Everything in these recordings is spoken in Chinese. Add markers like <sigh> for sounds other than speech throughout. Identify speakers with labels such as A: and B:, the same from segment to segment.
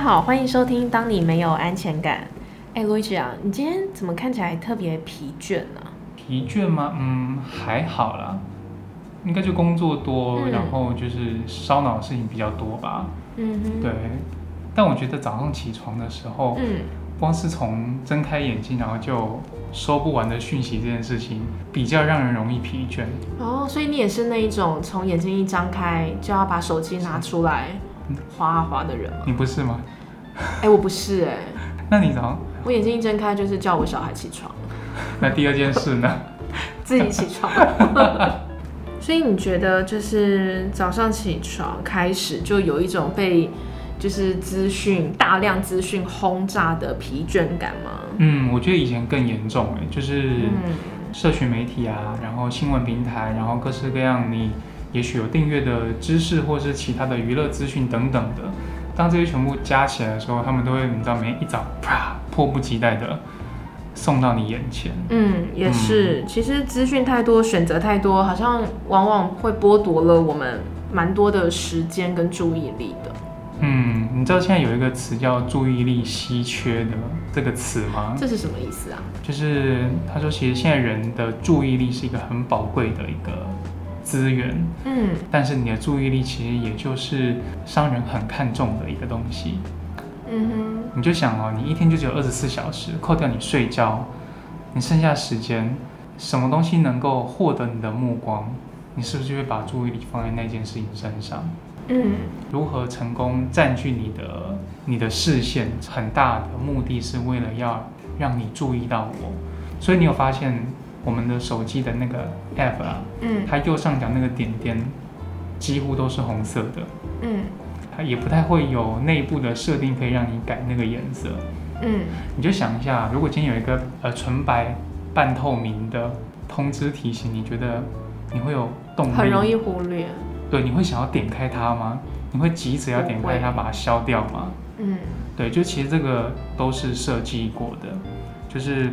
A: 好，欢迎收听《当你没有安全感》。哎，罗伊吉啊，你今天怎么看起来特别疲倦呢、
B: 疲倦吗？嗯，还好啦，应该就工作多，
A: 嗯
B: 然后就是烧脑的事情比较多吧。
A: 嗯哼，
B: 对，，但我觉得早上起床的时候，
A: 嗯，
B: 光是从睁开眼睛，然后就收不完的讯息这件事情，比较让人容易疲倦。
A: 哦，所以你也是那一种从眼睛一张开就要把手机拿出来划啊划的人吗？
B: 你不是吗？
A: 哎，我不是哎、
B: 那你早上
A: 我眼睛一睁开就是叫我小孩起床，
B: 那第二件事呢？
A: 自己起床。所以你觉得就是早上起床开始就有一种被就是资讯大量资讯轰炸的疲倦感吗？
B: 嗯，我觉得以前更严重哎、就是
A: 嗯
B: 社群媒体啊，然后新闻平台，然后各式各样你也许有订阅的知识或是其他的娱乐资讯等等的，当这些全部加起来的时候，他们都会你知道每一早啪迫不及待的送到你眼前。
A: 嗯，也是。其实资讯太多，选择太多，好像往往会剥夺了我们蛮多的时间跟注意力的。
B: 嗯，你知道现在有一个词叫注意力稀缺的这个词吗？
A: 这是什么意思啊？
B: 就是他说，其实现在人的注意力是一个很宝贵的一个资源，
A: 嗯，
B: 但是你的注意力其实也就是商人很看重的一个东西。
A: 嗯
B: 你就想哦，你一天就只有二十四小时，扣掉你睡觉，你剩下时间，什么东西能够获得你的目光？你是不是就会把注意力放在那件事情身上？
A: 哼，嗯
B: 如何成功占据你的你的视线，很大的目的是为了要让你注意到我。所以你有发现我们的手机的那个 app 啊，
A: 嗯
B: 它右上角那个点点几乎都是红色的，
A: 嗯
B: 它也不太会有内部的设定可以让你改那个颜色。
A: 嗯
B: 你就想一下，如果今天有一个呃纯白半透明的通知提醒，你觉得你会有动力？
A: 嗯，很容。易忽略。
B: 对，你会想要点开它吗？你会急着要点开它
A: 不会
B: 把它消掉吗？
A: 嗯
B: 对，就其实这个都是设计过的，就是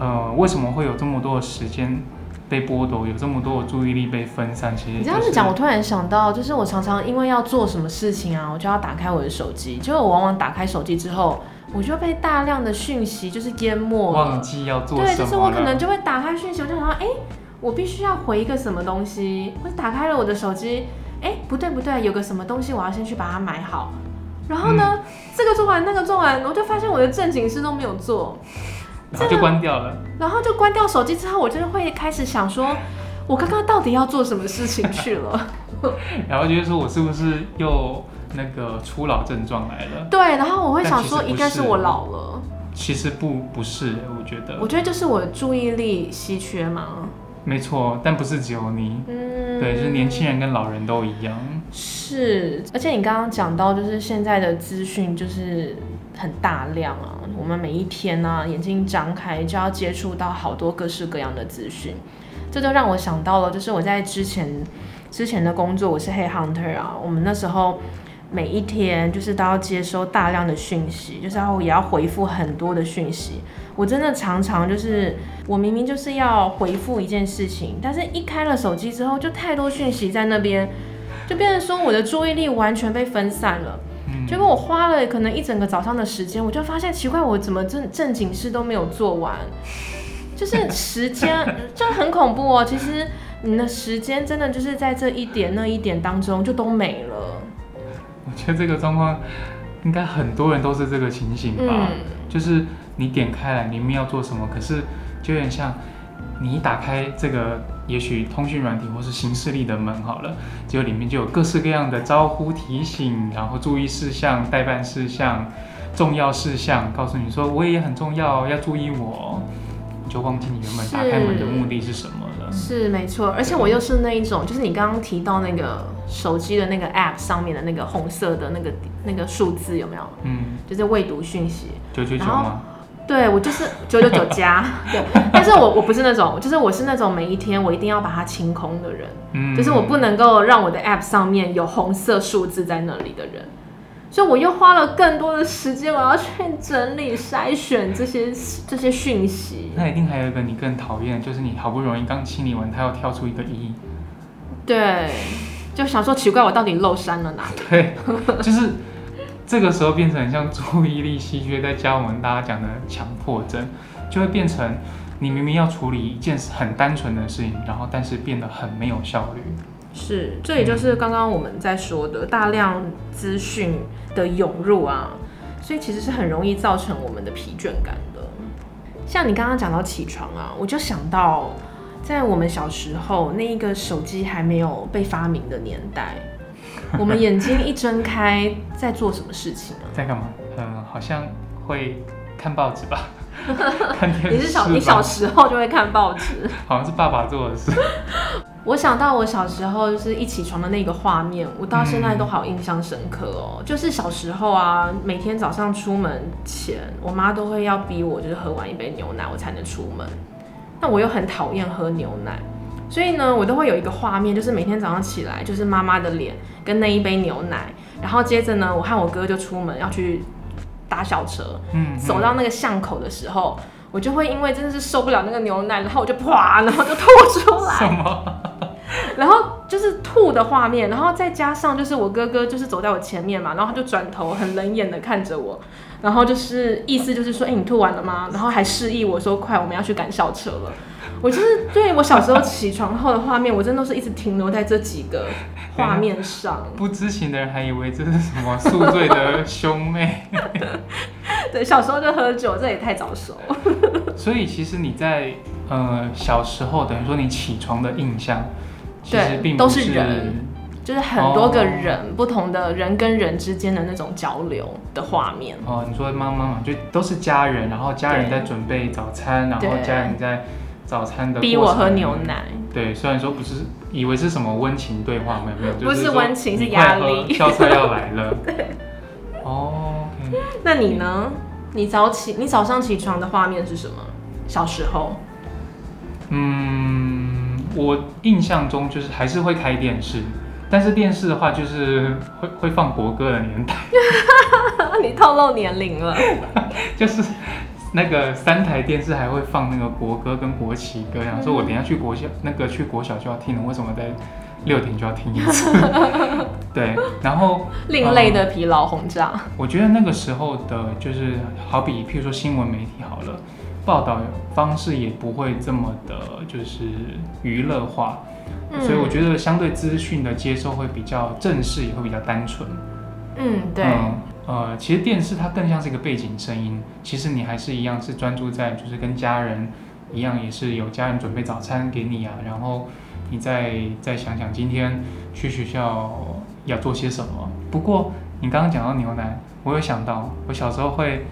B: 呃，为什么会有这么多的时间被剥夺，有这么多的注意力被分散？其
A: 你
B: 实、就是、
A: 这样子讲，我突然想到，就是我常常因为要做什么事情啊，我就要打开我的手机，结果我往往打开手机之后，我就被大量的讯息就是淹没了，
B: 忘记要做什么
A: 对，
B: 了。
A: 就是我可能就会打开讯息，我就想到，哎、我必须要回一个什么东西，或者打开了我的手机，哎、不对不对，有个什么东西我要先去把它买好。然后呢，
B: 嗯
A: 这个做完那个做完，我就发现我的正经事都没有做，
B: 然后就关掉了。
A: 然后就关掉手机之后，我就会开始想说，我刚刚到底要做什么事情去
B: <laughs>
A: 了？
B: 然后就会说我是不是又那个初老症状来了？
A: 对，然后我会想说，
B: 但其实
A: 应
B: 不
A: 该是
B: 是
A: 我老了，
B: 其实不不是，欸我觉得
A: 我觉得就是我注意力稀缺嘛，
B: 没错，哦但不是只有你，
A: 嗯，
B: 对，就是年轻人跟老人都一样。
A: 是，而且你刚刚讲到，就是现在的资讯就是很大量啊，我们每一天啊，眼睛张开就要接触到好多各式各样的资讯，这就让我想到了，就是我在之前之前的工作，我是 Hey Hunter 啊，我们那时候。每一天就是都要接收大量的讯息，就是要也要回复很多的讯息。我真的常常就是，我明明就是要回复一件事情，但是一开了手机之后，就太多讯息在那边，就变成说我的注意力完全被分散了。
B: 嗯
A: 结果我花了可能一整个早上的时间，我就发现奇怪，我怎么正正经事都没有做完，就是时间就很恐怖哦。其实你的时间真的就是在这一点那一点当中就都没了。
B: 我觉得这个状况应该很多人都是这个情形吧，
A: 嗯
B: 就是你点开来，你明明要做什么，可是就有点像你一打开这个，也许通讯软体或是行事历的门好了，结果里面就有各式各样的招呼提醒，然后注意事项、代办事项、重要事项，告诉你说我也很重要哦，要注意我哦，你就忘记你原本打开门的目的是什么了。
A: 是没错，而且我又是那一种，就是你刚刚提到那个手机的那个 App 上面的那个红色的那个那个数字有没有？
B: 嗯，
A: 就是未读讯息。
B: 九九九
A: 然后
B: 吗？
A: 对我就是九九九加，对，但是我我不是那种，就是我是那种每一天我一定要把它清空的人，
B: 嗯，
A: 就是我不能够让我的 App 上面有红色数字在那里的人，所以我又花了更多的时间，我要去整理筛选这些这些讯息。
B: 那一定还有一个你更讨厌，就是你好不容易刚清理完，它要跳出一个一，
A: 对，就想说奇怪，我到底漏删了哪里？
B: 对，就是这个时候变成很像注意力稀缺，再加我们大家讲的强迫症，就会变成你明明要处理一件很单纯的事情，然后但是变得很没有效率。
A: 是，这也就是刚刚我们在说的大量资讯的涌入啊，所以其实是很容易造成我们的疲倦感的。像你刚刚讲到起床啊，我就想到，在我们小时候那一个手机还没有被发明的年代，我们眼睛一睁开在做什么事情
B: <laughs>
A: 啊？
B: 在干嘛？嗯，好像会看报
A: <laughs>
B: 纸吧，看电视吧。
A: 你是小你小时候就会看报纸，
B: 好像是爸爸做的事。
A: 我想到我小时候就是一起床的那个画面，我到现在都好印象深刻哦。就是小时候啊，每天早上出门前，我妈都会要逼我，就是喝完一杯牛奶我才能出门。那我又很讨厌喝牛奶，所以呢，我都会有一个画面，就是每天早上起来，就是妈妈的脸跟那一杯牛奶，然后接着呢，我和我哥就出门要去搭小车，
B: 嗯，嗯
A: 走到那个巷口的时候，我就会因为真的是受不了那个牛奶，然后我就啪，然后就吐出来。
B: 什么？
A: 然后就是吐的画面，然后再加上就是我哥哥就是走在我前面嘛，然后他就转头很冷眼的看着我，然后就是意思就是说，哎、你吐完了吗？然后还示意我说，快，我们要去赶校车了。我就是对我小时候起床后的画面，我真的都是一直停留在这几个画面上。 <laughs>
B: 不知情的人还以为这是什么宿醉的兄妹。
A: 对，小时候就喝酒，这也太早熟。
B: 所以其实你在呃小时候，等于说你起床的印象，其
A: 对
B: 实并不
A: 都是人就是很多个
B: 哦
A: 人、不同的人跟人之间的那种交流的画面。
B: 哦，你说妈妈嘛，就都是家人，然后家人
A: 对
B: 在准备早餐，然后
A: 对
B: 家人在早餐的
A: 逼
B: 过
A: 我
B: 程
A: 喝牛。奶，
B: 对，虽然说不是以为是什么温情对话，没有没有，就
A: 不是
B: 说
A: 温情
B: 你
A: 是压
B: 快喝
A: 力
B: 校车要来
A: <laughs>
B: 了。哦，OK、o
A: 那你呢？你早起，你早上起床的画面是什么？小时候，
B: 嗯，我印象中就是还是会开电视，但是电视的话就是会会放国歌的年代，
A: <laughs> 你透露年龄了。
B: 就是那个三台电视还会放那个国歌跟国旗歌，然后说我等一下去国小那个去国小就要听了，为什么在六点就要听一次？对，然后
A: <laughs> 另类的疲劳轰炸，
B: 我觉得那个时候的，就是好比譬如说新闻媒体好了，报道方式也不会这么的，就是娱乐化，
A: 嗯
B: 所以我觉得相对资讯的接受会比较正式，也会比较单纯。
A: 嗯，对，
B: 嗯呃，其实电视它更像是一个背景声音，其实你还是一样是专注在就是跟家人一样，也是有家人准备早餐给你啊，然后你再再想想今天去学校要做些什么。不过你刚刚讲到牛奶，我有想到我小时候会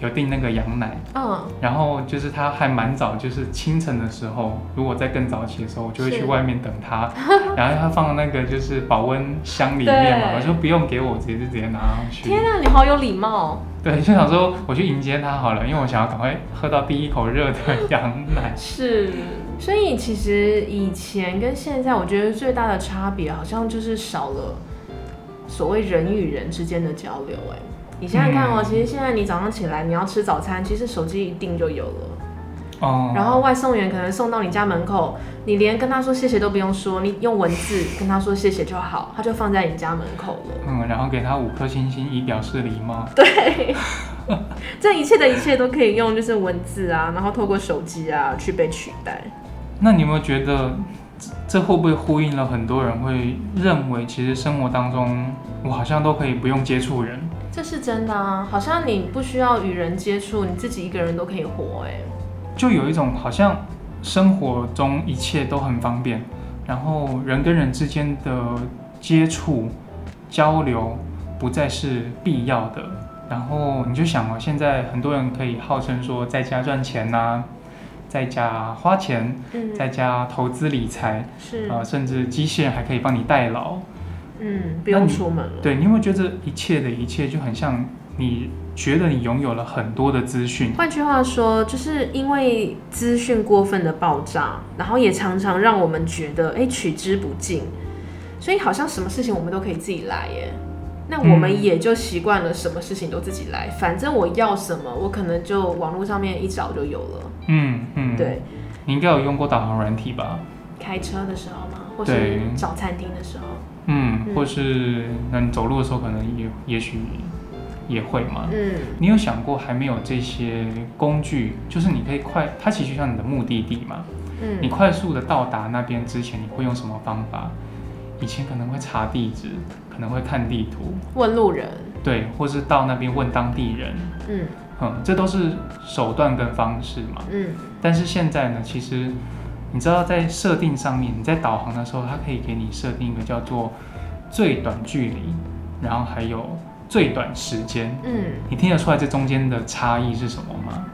B: 有订那个羊奶，
A: 嗯，
B: 然后就是它还蛮早，就是清晨的时候，如果再更早起的时候，我就会
A: 是
B: 去外面等它， <laughs> 然后它放那个就是保温箱里面嘛，
A: 对
B: 我说不用给我，直接就直接拿上去。
A: 天啊，你好有礼貌。。
B: 对，就想说我去迎接它好了，因为我想要赶快喝到第一口热的羊奶
A: 是，所以其实以前跟现在，我觉得最大的差别好像就是少了所谓人与人之间的交流。哎，你想想看哦，
B: 嗯
A: 其实现在你早上起来你要吃早餐，其实手机一定就有了。
B: 哦、
A: 然后外送员可能送到你家门口，你连跟他说谢谢都不用说，你用文字跟他说谢谢就好，他就放在你家门口了。
B: 嗯，然后给它五颗星星以表示礼貌。
A: 对，这一切的一切都可以用就是文字啊，然后透过手机啊去被取代。
B: 那你有没有觉得这这会不会呼应了很多人会认为，其实生活当中我好像都可以不用接触人？
A: 这是真的啊，好像你不需要与人接触，你自己一个人都可以活哎、
B: 就有一种好像生活中一切都很方便，然后人跟人之间的接触交流不再是必要的。然后你就想哦，现在很多人可以号称说在家赚钱呐、啊在家花钱，
A: 嗯，啊
B: 在家投资理财，
A: 是，
B: 呃，甚至机器人还可以帮你代劳。
A: 嗯，不用出门了。
B: 对，你有没有觉得这一切的一切就很像你觉得你拥有了很多的资讯？
A: 换句话说，就是因为资讯过分的爆炸，然后也常常让我们觉得哎、诶取之不尽，所以好像什么事情我们都可以自己来耶。那我们
B: 嗯
A: 也就习惯了什么事情都自己来，反正我要什么，我可能就网络上面一找就有了。
B: 嗯嗯，，
A: 对，
B: 你应该有用过导航软体吧？
A: 开车的时候嘛，或是
B: 对
A: 找餐厅的时候，
B: 嗯
A: 嗯，
B: 或是那你走路的时候，可能也也许也会吗？
A: 嗯
B: 你有想过还没有这些工具，就是你可以快，它其实就像你的目的地嘛，你
A: 嗯，
B: 快速的到达那边之前，你会用什么方法？以前可能会查地址，可能会看地图，
A: 问路人，
B: 对，或是到那边问当地人，
A: 嗯
B: 嗯，这都是手段跟方式嘛。
A: 嗯
B: 但是现在呢，其实你知道在设定上面，你在导航的时候，它可以给你设定一个叫做最短距离，然后还有最短时间。
A: 嗯
B: 你听得出来这中间的差异是什么吗？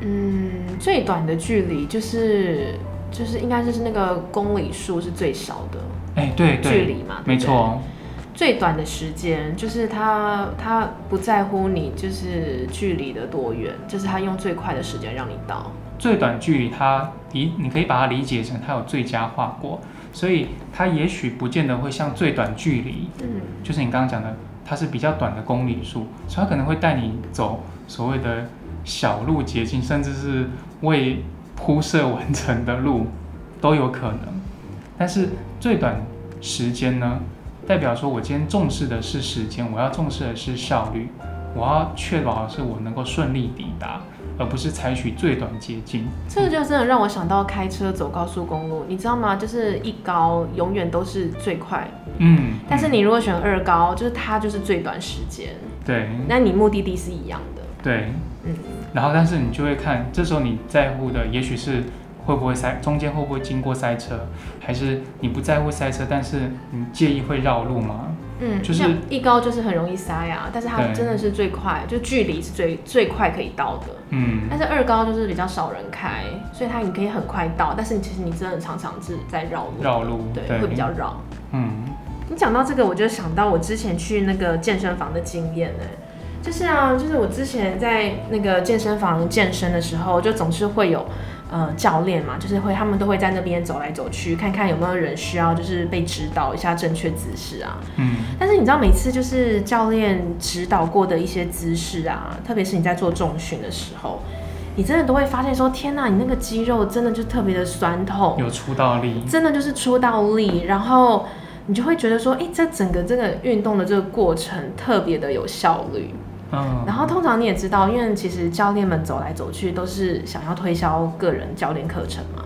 A: 嗯，最短的距离就是就是应该就是那个公里数是最少的
B: 哎，对
A: 距
B: 对，
A: 离嘛，对
B: 没
A: 不对
B: 错，
A: 最短的时间，就是他他不在乎你就是距离的多远，就是他用最快的时间让你到。
B: 最短距离它理你可以把它理解成它有最佳化过，所以它也许不见得会像最短距离，
A: 嗯
B: 就是你刚刚讲的，它是比较短的公里数，所以它可能会带你走所谓的小路捷径，甚至是未铺设完成的路都有可能。但是最短时间呢，代表说我今天重视的是时间，我要重视的是效率，我要确保的是我能够顺利抵达，而不是采取最短捷径。
A: 这个就真的让我想到开车走高速公路，你知道吗？就是一高永远都是最快，
B: 嗯，
A: 但是
B: 嗯
A: 你如果选二高，就是它就是最短时间，
B: 对
A: 那你目的地是一样的。
B: 对，
A: 嗯
B: 然后但是你就会看，这时候你在乎的也许是会不会塞，中间会不会经过塞车，还是你不在乎塞车，但是你介意会绕路吗？
A: 嗯，
B: 就是
A: 像一高就是很容易塞呀，但是它
B: 对
A: 真的是最快，就距离是最最快可以到的。
B: 嗯，
A: 但是二高就是比较少人开，所以它你可以很快到，但是你其实你真的常常是在绕路，
B: 绕路，
A: 对，会比较绕。
B: 嗯，
A: 你讲到这个，我就想到我之前去那个健身房的经验呢、就是啊，就是我之前在那个健身房健身的时候，就总是会有呃教练嘛，就是会他们都会在那边走来走去，看看有没有人需要就是被指导一下正确姿势啊。
B: 嗯，
A: 但是你知道，每次就是教练指导过的一些姿势啊，特别是你在做重训的时候，你真的都会发现说，天呐，你那个肌肉真的就特别的酸痛，
B: 有出道力，
A: 真的就是出到力，然后你就会觉得说，哎、这整个这个运动的这个过程特别的有效率。
B: 嗯，
A: 然后通常你也知道，因为其实教练们走来走去都是想要推销个人教练课程嘛。
B: 嗯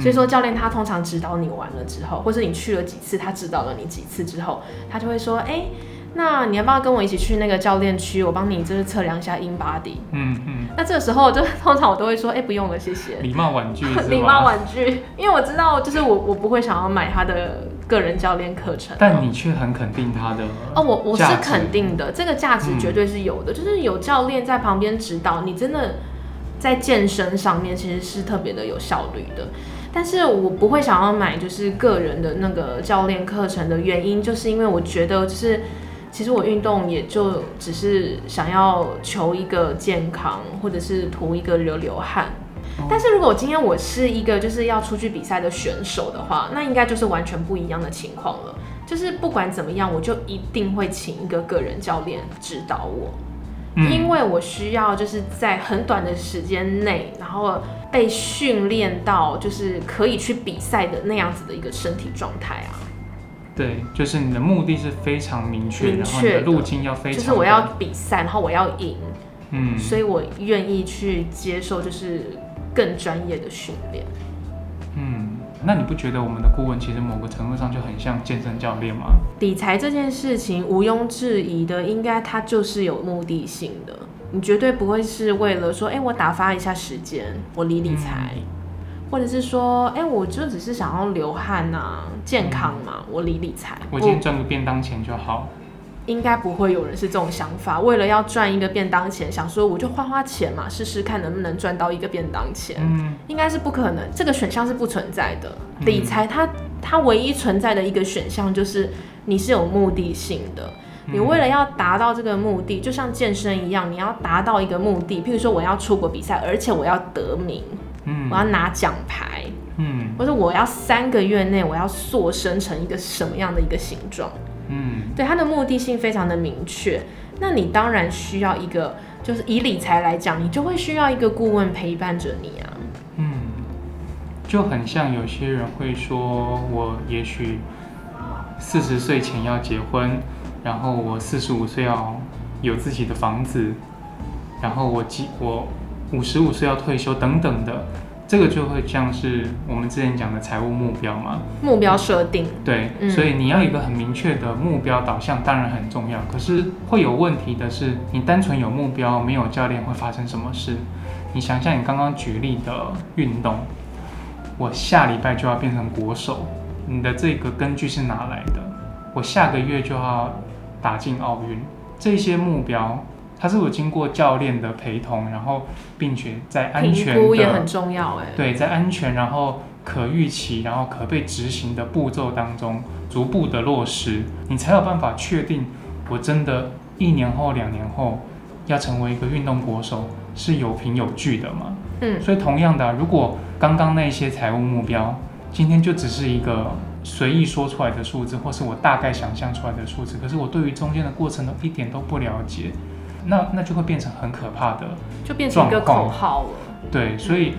A: 所以说，教练他通常指导你完了之后，或是你去了几次，他指导了你几次之后，他就会说：“哎、那你要不要跟我一起去那个教练区？我帮你就是测量一下 in body。
B: 嗯嗯”
A: <laughs> 那这个时候就通常我都会说：“哎、不用了，谢谢”
B: 嗯，。礼貌婉拒是
A: 礼貌
B: 吗？
A: 婉拒，因为我知道，就是我我不会想要买他的个人教练课程。
B: 但你却很肯定他的
A: 哦，我我是
B: 价值
A: 肯定的，这个价值
B: 嗯
A: 绝对是有的，就是有教练在旁边指导，你真的在健身上面其实是特别的有效率的。但是我不会想要买就是个人的那个教练课程的原因，就是因为我觉得就是其实我运动也就只是想要求一个健康，或者是图一个流流汗
B: 哦。
A: 但是如果今天我是一个就是要出去比赛的选手的话，那应该就是完全不一样的情况了。就是不管怎么样，我就一定会请一个个人教练指导我，因
B: 嗯，
A: 为我需要就是在很短的时间内，然后被训练到就是可以去比赛的那样子的一个身体状态啊。
B: 对，就是你的目的是非常明确，
A: 明
B: 然后你的
A: 确的
B: 路径要非
A: 就
B: 常，
A: 是我要，比赛，然后我要赢，
B: 嗯，
A: 所以我愿意去接受就是更专业的训练。
B: 嗯，那你不觉得我们的顾问其实某个程度上就很像健身教练吗？
A: 理财这件事情毋庸置疑的，应该它就是有目的性的，你绝对不会是为了说，哎、我打发一下时间，我理理财，或者是说，哎、我就只是想要流汗啊，健康嘛，我理理财。
B: 我今天赚个便当钱就好。
A: 应该不会有人是这种想法，为了要赚一个便当钱，想说我就花花钱嘛，试试看能不能赚到一个便当钱。
B: 嗯，
A: 应该是不可能，这个选项是不存在的。理财它它唯一存在的一个选项就是你是有目的性的，你为了要达到这个目的，就像健身一样，你要达到一个目的，譬如说我要出国比赛，而且我要得名，
B: 嗯
A: 我要拿奖牌，
B: 嗯
A: 或者我要三个月内我要塑身成一个什么样的一个形状。
B: 嗯
A: 对它的目的性非常的明确。那你当然需要一个，就是以理财来讲，你就会需要一个顾问陪伴着你啊。
B: 嗯，就很像有些人会说，我也许四十岁前要结婚，然后我四十五岁要有自己的房子，然后我几我五十五岁要退休等等的，这个就会像是我们之前讲的财务目标嘛。
A: 目标设定，
B: 对，
A: 嗯
B: 所以你要有一个很明确的目标导向，当然很重要。可是会有问题的是，你单纯有目标，没有教练会发生什么事？你想想你刚刚举例的运动，我下礼拜就要变成国手，你的这个根据是哪来的？我下个月就要打进奥运，这些目标。它是有经过教练的陪同，然后并且在安全
A: 评
B: 的
A: 估也很重要哎、
B: 对，在安全、然后可预期、然后可被执行的步骤当中，逐步的落实，你才有办法确定我真的一年后、两年后要成为一个运动国手是有凭有据的嘛？
A: 嗯，
B: 所以同样的啊、如果刚刚那些财务目标，今天就只是一个随意说出来的数字，或是我大概想象出来的数字，可是我对于中间的过程都一点都不了解，那那就会变成很可怕的
A: 就变成一个
B: 状况
A: 口号了。
B: 对，所以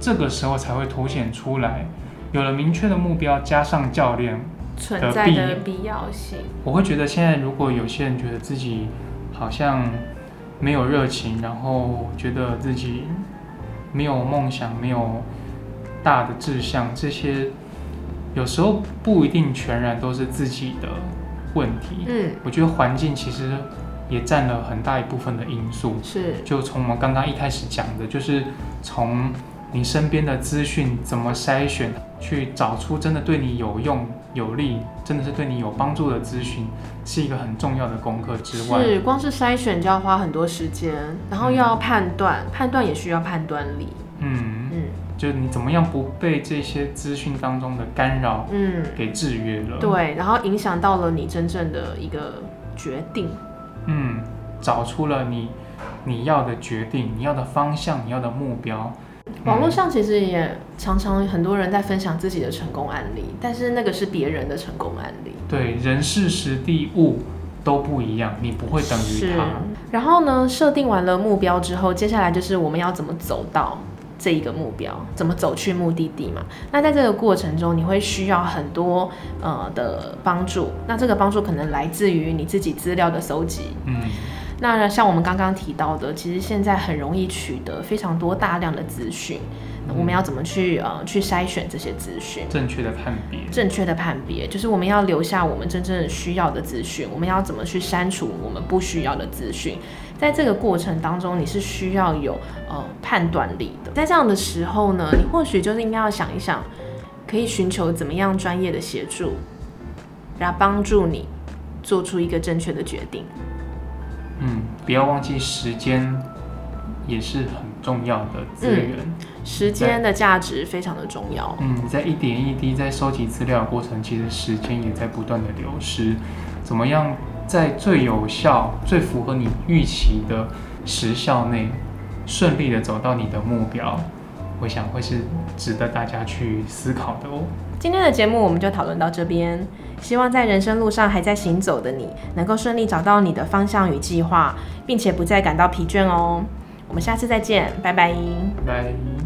B: 这个时候才会凸显出来。有了明确的目标，加上教练，
A: 存在的必要性，
B: 我会觉得现在如果有些人觉得自己好像没有热情，然后觉得自己没有梦想、没有大的志向，这些有时候不一定全然都是自己的问题。
A: 嗯，
B: 我觉得环境其实也占了很大一部分的因素。
A: 是
B: 就从我们刚刚一开始讲的，就是从你身边的资讯怎么筛选，去找出真的对你有用、有利，真的是对你有帮助的资讯，是一个很重要的功课之外，
A: 是，光是筛选就要花很多时间，然后又要判断，判断也需要判断力，
B: 嗯，
A: 嗯
B: 就是你怎么样不被这些资讯当中的干扰
A: 嗯，
B: 给制约了，，
A: 对，然后影响到了你真正的一个决定，
B: 嗯，找出了你你要的决定、你要的方向、你要的目标，
A: 网络
B: 嗯
A: 上其实也常常很多人在分享自己的成功案例，但是那个是别人的成功案例。
B: 对人事实地物都不一样，你不会等于
A: 是
B: 他。
A: 然后呢，设定完了目标之后，接下来就是我们要怎么走到这一个目标，怎么走去目的地嘛。那在这个过程中，你会需要很多呃的帮助。那这个帮助可能来自于你自己资料的搜集。
B: 嗯，
A: 那像我们刚刚提到的，其实现在很容易取得非常多大量的资讯，那我们要怎么去呃去筛选这些资讯？
B: 正确的判别。
A: 正确的判别，就是我们要留下我们真正需要的资讯，我们要怎么去删除我们不需要的资讯。在这个过程当中，你是需要有呃判断力的。在这样的时候呢，你或许就是应该要想一想，可以寻求怎么样专业的协助，然后帮助你做出一个正确的决定。
B: 嗯，不要忘记时间也是很重要的资源。
A: 时间的价值非常的重要。
B: 嗯，你在一点一滴在收集资料的过程，其实时间也在不断的流失。怎么样在最有效、最符合你预期的时效内，顺利的走到你的目标？我想会是值得大家去思考的哦。
A: 今天的节目我们就讨论到这边，希望在人生路上还在行走的你，能够顺利找到你的方向与计划，并且不再感到疲倦哦。我们下次再见，拜拜。
B: 拜拜。